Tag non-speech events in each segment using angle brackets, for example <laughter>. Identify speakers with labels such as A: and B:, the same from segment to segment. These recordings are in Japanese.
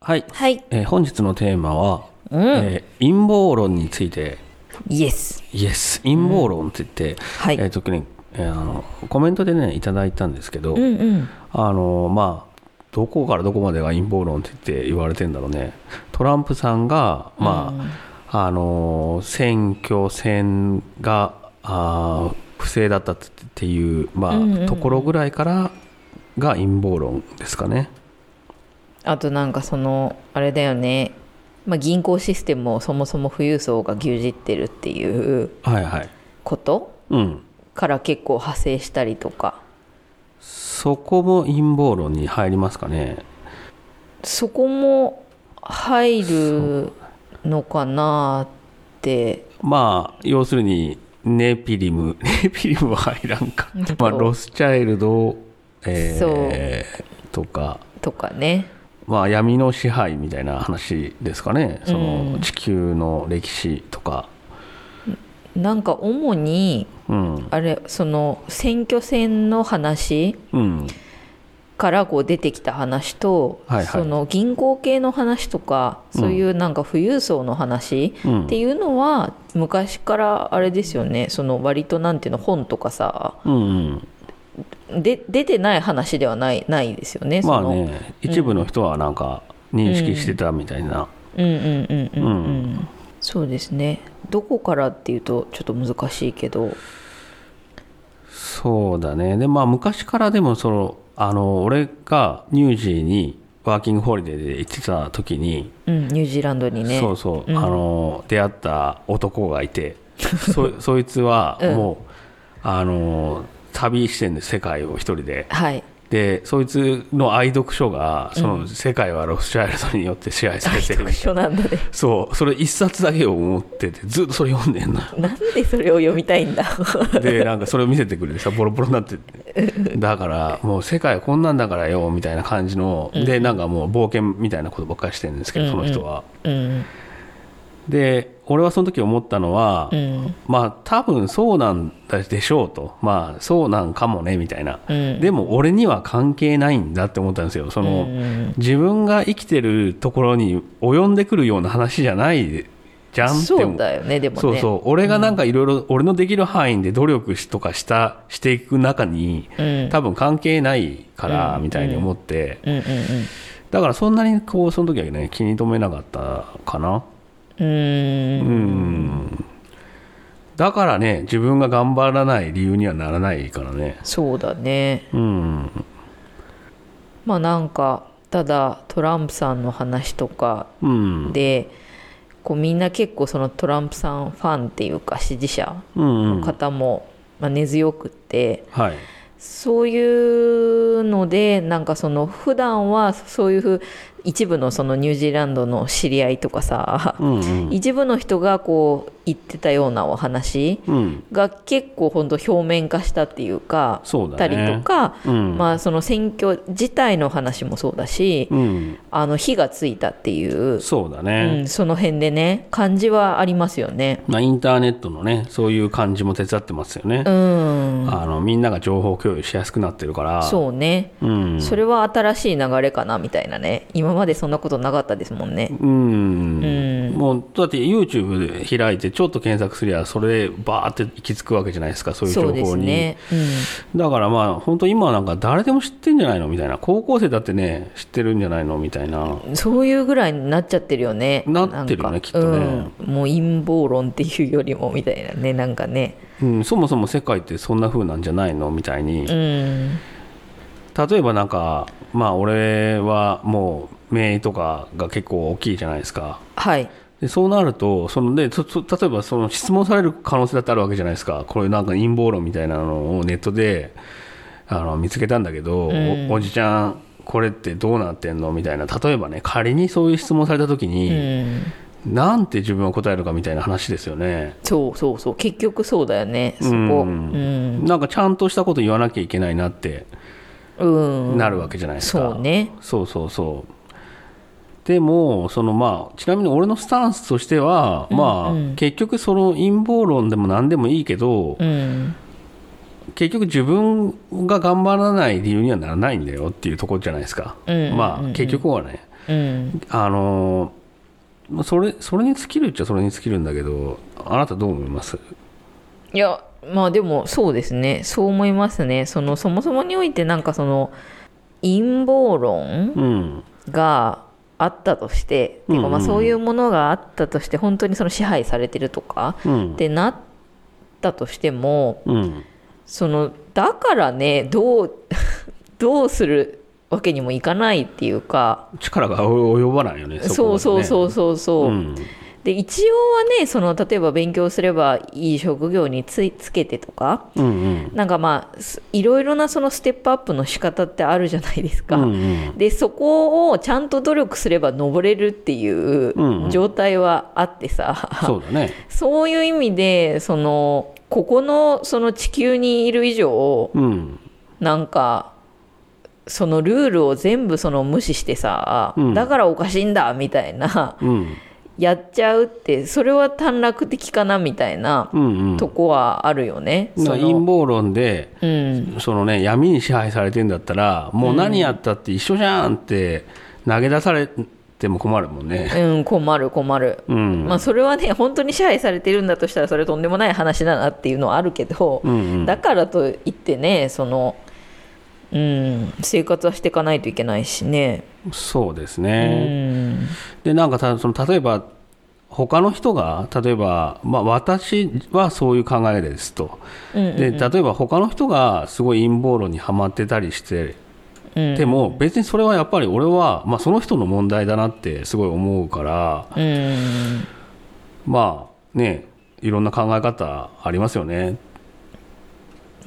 A: はい、
B: はい。
A: えー本日のテーマは、えー陰謀論について
B: イエス。
A: イエス陰謀論って言って、
B: はい
A: えー特に、えーあのコメントでねいただいたんですけど、
B: うんうん。
A: あのまあどこからどこまでが陰謀論って言って言われてんだろうねトランプさんがまあ、あの選挙戦があー不正だったっていう、まあ
B: うんうん
A: ところぐらいからが陰謀論ですかね
B: あとなんかその、あれだよね。まあ、銀行システムをそもそも富裕層が牛耳ってるっていう
A: はいはい
B: こと
A: うん
B: から結構派生したりとか
A: そこも陰謀論に入りますかね
B: そこも入るのかなって
A: まあ要するにネピリム <laughs> ネピリムは入らんか
B: そう、
A: まあ、ロスチャイルド、えーとか
B: とかね
A: まあ、闇の支配みたいな話ですかねその
B: うん
A: 地球の歴史とか、
B: なんか主に
A: うん
B: あれその選挙戦の話
A: うん、
B: からこう出てきた話と、
A: はいはい
B: その銀行系の話とかそういうなんか富裕層の話
A: うん
B: っていうのは、昔からあれですよねその割となんていうの本とかさ
A: うんうん
B: で出てない話ではないないですよね。
A: ま
B: そ
A: あ
B: の
A: ね一部の人はなんか認識してたみたいな、
B: うんうんうんうん、う、
A: うん
B: そうですねどこからっていうとちょっと難しいけど
A: そうだねでまあ昔からでもそのあの俺がニュージーにワーキングホリデーで行ってた時に、
B: うん、ニュージーランドにね。
A: そうそう、
B: ん
A: あの出会った男がい
B: <laughs>
A: てそそいつはもう、あの旅してんで世界を一人で
B: はい。
A: でそいつの愛読書がその世界はロスチャイルドによって支配されてるみ
B: 読
A: たいな、
B: 書な
A: <laughs>
B: んだね。
A: そうそれ一冊だけを持っててずっとそれ読んでんの
B: なんでそれを読みたいんだ。 <laughs>
A: でなんかそれを見せてくれてさボロボロになっててだからもう世界はこんなんだからよみたいな感じの、でなんかもう冒険みたいなことばっかりしてるんですけど、その人は
B: うん
A: で俺はその時思ったのは、
B: うん
A: まあ多分そうなんでしょうとまあそうなんかもねみたいな、
B: うん
A: でも俺には関係ないんだって思ったんですよその、自分が生きてるところに及んでくるような話じゃないじゃんって
B: そう
A: 思
B: だよねでもね。
A: そうそう俺がなんかいろいろ俺のできる範囲で努力しとかしたしていく中に
B: うん
A: 多分関係ないからみたいに思って、
B: うんうん
A: だからそんなにこうその時はね気に留めなかったかな
B: うん。うーん
A: うんだからね自分が頑張らない理由にはならないからね
B: そうだね。
A: うん
B: まあなんかただトランプさんの話とか
A: うん
B: で、こうみんな結構そのトランプさんファンっていうか支持者
A: うんう
B: の
A: ん
B: 方も、まあ、根強くって。
A: はい
B: そういうのでなんかその普段はそういうふう一部のそのニュージーランドの知り合いとかさ、
A: うんうん
B: 一部の人がこう言ってたようなお話
A: うん
B: が結構本当表面化したっていうか
A: そうだ
B: た
A: ね
B: りとか、
A: うん
B: まあその選挙自体の話もそうだし、
A: うん
B: あの火がついたっていう、
A: そうだ
B: う
A: ね、
B: ん、その辺でね感じはありますよね。
A: まあ、インターネットのねそういう感じも手伝ってますよね
B: う、ん
A: あのみんなが情報共有しやすくなってるから
B: そうね
A: ううん
B: それは新しい流れかなみたいなね今までそんなことなかったですもんね
A: うん
B: うん
A: もうだって YouTube で開いてちょっと検索すりゃそれバーって行き着くわけじゃないですかそういう情
B: そ
A: 報
B: う
A: に
B: ですね、
A: だからまあ本当今なんか誰でも知ってんじゃないのみたいな高校生だってね知ってるんじゃないのみたいな
B: うん、そういうぐらいになっちゃってるよね
A: なってるよね
B: んか
A: きっとね
B: うん、もう陰謀論っていうよりもみたいなねなんかね
A: うん、そもそも世界ってそんな風なんじゃないのみたいに
B: う
A: 例
B: ん
A: えばなんかまあ俺はもう名とかが結構大きいじゃないですか
B: はい
A: でそうなるとそのでそそ例えばその質問される可能性だってあるわけじゃないですかこういうなんか陰謀論みたいなのをネットであの見つけたんだけど、
B: うん
A: おおじちゃんこれってどうなってんのみたいな例えばね仮にそういう質問された時
B: う
A: に、
B: ん
A: なんて自分は答えるかみたいな話ですよね
B: そうそうそう結局そうだよねそこうん
A: なんかちゃんとしたこと言わなきゃいけないなって
B: うん、
A: なるわけじゃないですか、
B: そうね
A: そうそうそうでもそのまあちなみに俺のスタンスとしては、まあ結局その陰謀論でも何でもいいけど、
B: うん
A: 結局自分が頑張らない理由にはならないんだよっていうところじゃないですか、
B: うんうんうんうん
A: まあ結局はね
B: うん
A: あのまあそれそれに尽きるっちゃそれに尽きるんだけどあなたどう思います
B: いやまあでもそうですねそう思いますねそのそもそもにおいてなんかその陰謀論
A: うん
B: があったとして、
A: うん
B: てかまあそういうものがあったとして本当にその支配されてるとか
A: うん
B: ってなったとしても
A: うん
B: そのだからねどう <laughs> どうするわけにもいかないっていうか
A: 力が及ばないよね
B: そうそうそ
A: そ
B: うそうそう、
A: ん
B: で一応はねその例えば勉強すればいい職業についつけてとか
A: うんうん
B: なんかまあすいろいろなそのステップアップの仕方ってあるじゃないですか、
A: うんうん
B: でそこをちゃんと努力すれば登れるってい
A: うんうん
B: う状態はあってさ、
A: そうだね
B: <laughs> そういう意味でそのここのその地球にいる以上
A: うん
B: なんかそのルールを全部その無視してさ、
A: うん
B: だからおかしいんだみたいな <laughs>
A: うん
B: やっちゃうってそれは短絡的かなみたいな
A: うんうん
B: とこはあるよね。
A: だか
B: そ
A: ら
B: の
A: 陰謀論で
B: うん
A: そのね闇に支配されてんだったらもう何やったって一緒じゃんって投げ出されても困るもんね
B: うん、困る困る、
A: うん
B: まあそれはね本当に支配されてるんだとしたらそれとんでもない話だなっていうのはあるけど、
A: うんうん
B: だからといってねその、うん、生活はしていかないといけないしね、
A: そうです
B: う
A: ね
B: ん、
A: でなんかたその例えば他の人が例えば、まあ、私はそういう考えですと
B: うん
A: で例えば他の人がすごい陰謀論にはまってたりして
B: うん
A: でも別にそれはやっぱり俺は、まあ、その人の問題だなってすごい思うから
B: うん
A: まあねいろんな考え方ありますよね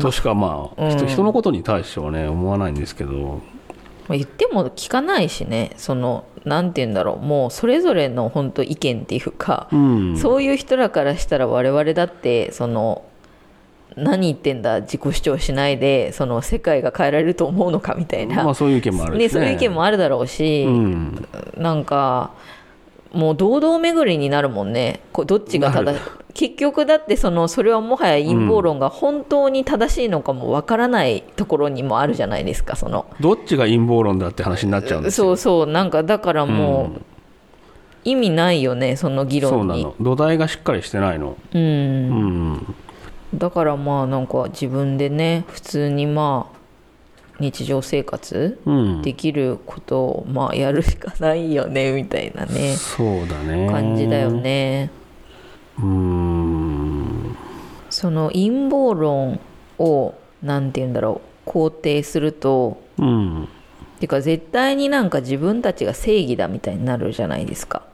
A: としかまあ、
B: うん
A: 人人のことに対してはね思わないんですけど
B: まあ言っても聞かないしねそのなんて言うんだろうもうそれぞれの本当意見っていうか、
A: うん
B: そういう人らからしたら我々だってその何言ってんだ自己主張しないでその世界が変えられると思うのかみたいな、
A: まあそういう意見もあるし
B: ね、そういう意見もあるだろうし、
A: うん
B: なんかもう堂々巡りになるもんねこうどっちが
A: な
B: 正
A: る
B: し結局だってそのそれはもはや陰謀論が本当に正しいのかもわからないところにもあるじゃないですかその
A: どっちが陰謀論だって話になっちゃうんですよ
B: そうそうなんかだからもう、
A: うん
B: 意味ないよねその議
A: そう
B: 論
A: な
B: に
A: の土台がしっかりしてないの
B: う
A: うんん
B: だからまあなんか自分でね普通にまあ日常生活
A: うん
B: できることをまあやるしかないよねみたいなね
A: そうだね
B: 感じだよね
A: うん
B: その陰謀論をなんて言うんだろう肯定すると
A: うん
B: てか絶対になんか自分たちが正義だみたいになるじゃないですか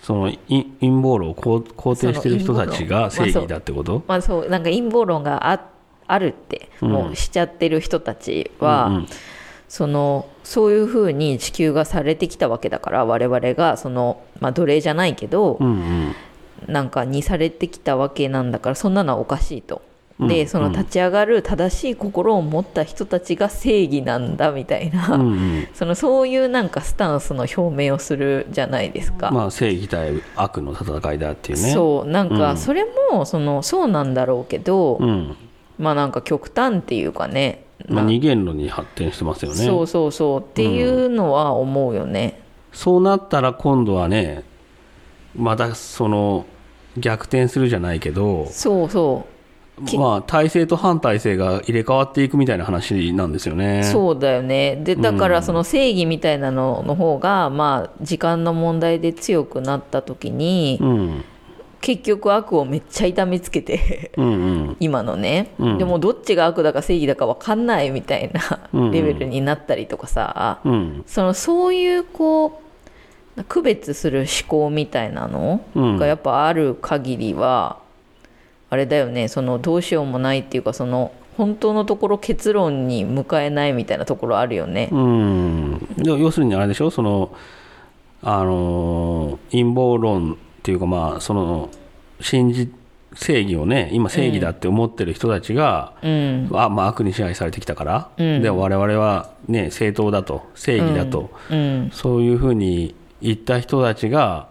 A: そのい陰謀論をこう肯定してる人たちが正義だってこと
B: まあそうなんか陰謀論がああるって
A: うん
B: もうしちゃってる人たちは、
A: うんうん
B: そのそういうふうに地球がされてきたわけだから我々がその、まあ、奴隷じゃないけど、
A: うん
B: なんかにされてきたわけなんだからそんなのはおかしいと。で、
A: うん
B: その立ち上がる正しい心を持った人たちが正義なんだみたいな、
A: うんうんうん
B: そのそういうなんかスタンスの表明をするじゃないですか。
A: まあ正義対悪の戦いだっていうね
B: そうなん
A: う
B: か
A: ん
B: それもそのそうなんだろうけど、
A: うん
B: まあなんか極端っていうかね
A: まあ、
B: な
A: 二元論に発展してますよね
B: そうそうそうっていうのは思うよね。
A: そうなったら今度はねまたその逆転するじゃないけど、
B: そうそう
A: まあ、体制と反体制が入れ替わっていくみたいな話なんですよね。
B: そうだよねでだからその正義みたいなのの方がまあ時間の問題で強くなった時に
A: うん、
B: 結局悪をめっちゃ痛めつけて <laughs>
A: うんうん
B: 今のね、
A: うん
B: でもどっちが悪だか正義だか分かんないみたいな
A: うんうん
B: レベルになったりとかさ、
A: うん
B: そのそういうこう区別する思考みたいなの
A: うん
B: がやっぱある限りは、あれだよねそのどうしようもないっていうかその本当のところ結論に向かえないみたいなところあるよね。
A: うん、で要するにあれでしょその、あのー陰謀論っていうか、まあ、その信じ正義をね今正義だって思ってる人たちが、
B: うん
A: あまあ、悪に支配されてきたから、
B: うん
A: で我々は、ね、正当だと正義だと、
B: うん
A: そういうふうに言った人たちが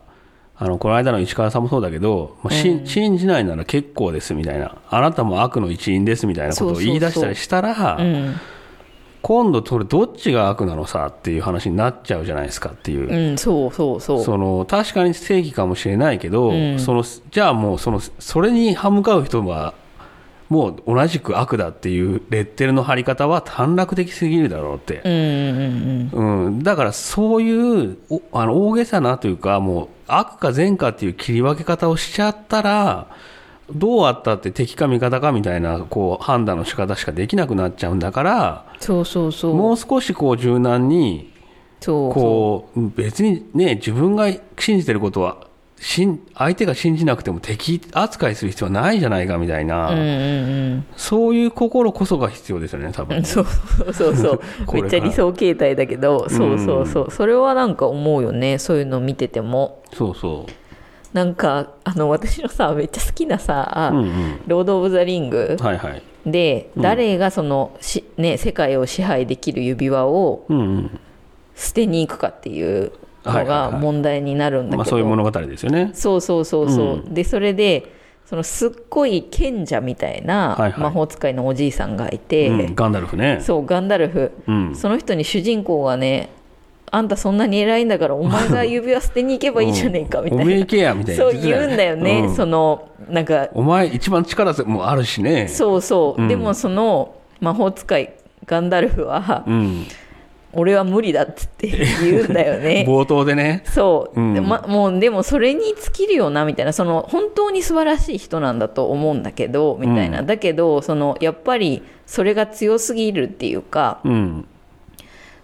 A: あのこの間の石川さんもそうだけど、まあし信じないなら結構ですみたいなあなたも悪の一員ですみたいなことを
B: そうそうそう
A: 言い出したりしたら。
B: うん
A: 今度それどっちが悪なのさっていう話になっちゃうじゃないですかっていう、
B: うんそうそうそう
A: その確かに正義かもしれないけど、
B: うん
A: そのじゃあもうそのそれに歯向かう人はもう同じく悪だっていうレッテルの貼り方は短絡的すぎるだろうって、
B: うんうんうん
A: うん、だからそういうおあの大げさなというかもう悪か善かっていう切り分け方をしちゃったらどうあったって敵か味方かみたいなこう判断の仕方しかできなくなっちゃうんだから
B: そうそうそう
A: もう少しこう柔軟に
B: そうそ
A: こう別にね自分が信じてることは信相手が信じなくても敵扱いする必要はないじゃないかみたいな、
B: ううんうん
A: そういう心こそが必要ですよね多
B: う
A: 分
B: ん、 <laughs> そうそうそうそう
A: <laughs> こ
B: め
A: れ
B: っちゃ理想形態だけどそうそうそう、それはなんか思うよねそういうの見てても
A: そうそ
B: なんかあの私のさめっちゃ好きなさ、
A: ううんうん
B: ロード・オブ・ザ・リング
A: はいはい
B: で、誰がそのし、ね、世界を支配できる指輪を
A: うんうん
B: 捨てに行くかっていうの
A: はいはい
B: が
A: はい
B: 問題になるんだけど、
A: まあ、そういう物語ですよね。
B: そうそうそうそう、
A: う
B: でそれでそのすっごい賢者みたいな
A: はいはい
B: 魔法使いのおじいさんがいて、
A: うん、ガンダルフね。
B: そうガンダルフ、
A: うん、
B: その人に主人公がねあんたそんなに偉いんだからお前が指輪捨てに行けばいいじゃねえかみた
A: お
B: い
A: め
B: な、
A: えけやみたいな。
B: そう言うんだよね、
A: うん
B: そのなんか
A: お前一番力もあるしね。
B: そうそう、
A: うん
B: でもその魔法使いガンダルフは、
A: うん、
B: 俺は無理だっつって言うんだよ
A: <laughs>
B: ね。
A: 冒頭でね。
B: そう、
A: うん
B: でま、もうでもそれに尽きるよなみたいなその本当に素晴らしい人なんだと思うんだけどみたいな、
A: うん
B: だけどそのやっぱりそれが強すぎるっていうか
A: うん、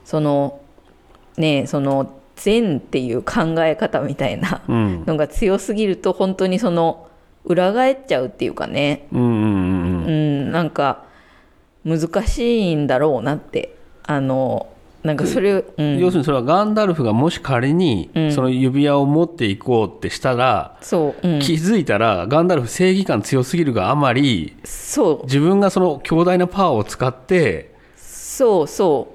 B: そのねその善っていう考え方みたいな
A: うん、
B: のが強すぎると本当にその裏返っちゃうっていうかね
A: うん、うん、うん
B: う。ん、なんか難しいんだろうなってあのなんかそれ、うん、
A: 要するにそれはガンダルフがもし仮に
B: うん
A: その指輪を持っていこうってしたら、
B: そう、うん、
A: 気づいたらガンダルフ正義感強すぎるがあまり
B: そう
A: 自分がその強大なパワーを使って
B: そうそ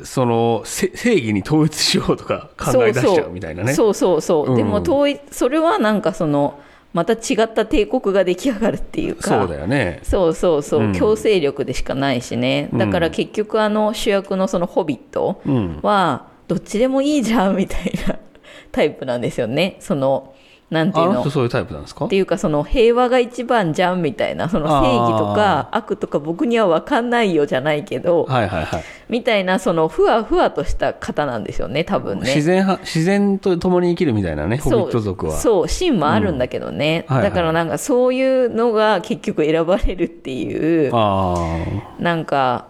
B: う
A: そのせ正義に統一しようとか考え出しちゃうみたいなね
B: そうそうそうそう、
A: うん
B: でも遠いそれはなんかそのまた違った帝国が出来上がるっていうか
A: そうだよね
B: そうそうそう
A: うん
B: 強制力でしかないしね、だから結局あの主役のそのホビット
A: うん
B: はどっちでもいいじゃんみたいな <laughs> タイプなんですよねそのなんてい
A: あ
B: う
A: の
B: の
A: 人そういうタイプなんですか
B: っていうかその平和が一番じゃんみたいなその正義とか悪とか僕には分かんないよじゃないけど
A: はいはいはい
B: みたいなそのふわふわとした方なんですよね多分ね
A: 自然派自然と共に生きるみたいなねホビット族は
B: そう芯もあるんだけどね、
A: うんはいはい
B: だからなんかそういうのが結局選ばれるっていう
A: あ
B: なんか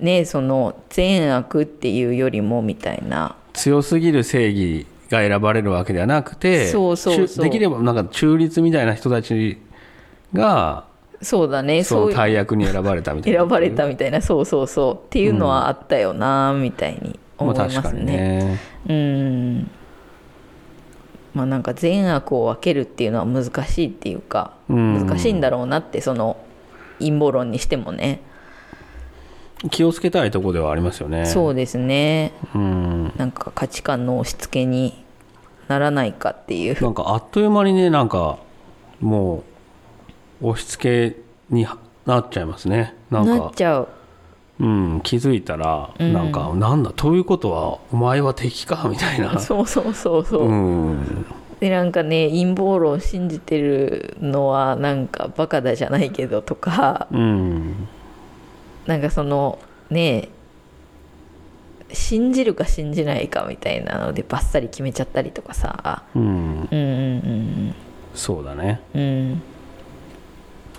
B: ねその善悪っていうよりもみたいな
A: ー強すぎる正義が選ばれるわけではなくて
B: そうそう
A: ちゅ
B: そう
A: できればなんか中立みたいな人たちが
B: そうだね
A: そ
B: そう
A: の
B: いう
A: 大役に選ばれたみたいな
B: 選ばれたみたいなそうそうそうっていうのはあったよな、みたいに
A: ま
B: 思
A: あ
B: い
A: 確
B: ま
A: か
B: す
A: に
B: ね。
A: ね
B: うんまあなんか善悪を分けるっていうのは難しいっていうか
A: うん
B: 難しいんだろうなってその陰謀論にしてもね、
A: 気をつけたいとこではありますよね
B: そうですね
A: うん
B: なんか価値観の押し付けにならないかっていう
A: なんかあっという間にねなんかもう押し付けになっちゃいますねなん
B: な
A: か
B: っちゃう
A: うん、気づいたら、
B: うん
A: なんか、なんだ、ということは、お前は敵か、みたいな。
B: そうそうそうそう、
A: うん、
B: でなんかね陰謀論信じてるのはなんかバカだじゃないけどとか
A: うん、
B: なんかそのね信じるか信じないかみたいなのでバッサリ決めちゃったりとかさ
A: うん、
B: うんうん
A: そうだね。
B: うんうん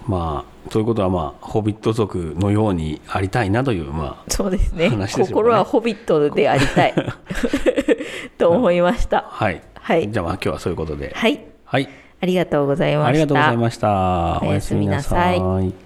A: まあ、ということは、まあ、ホビット族のようにありたいなという、ま
B: そうですね
A: 話ですよね
B: 心はホビットであり <laughs> たいと思いまし
A: あ、
B: た
A: はい。
B: はい
A: じゃあ、まあ、今日はそういうことで。
B: はい
A: はい、
B: ありがとうございました
A: ありがとうございました。
B: おやすみなさ
A: おや
B: い
A: すみなさい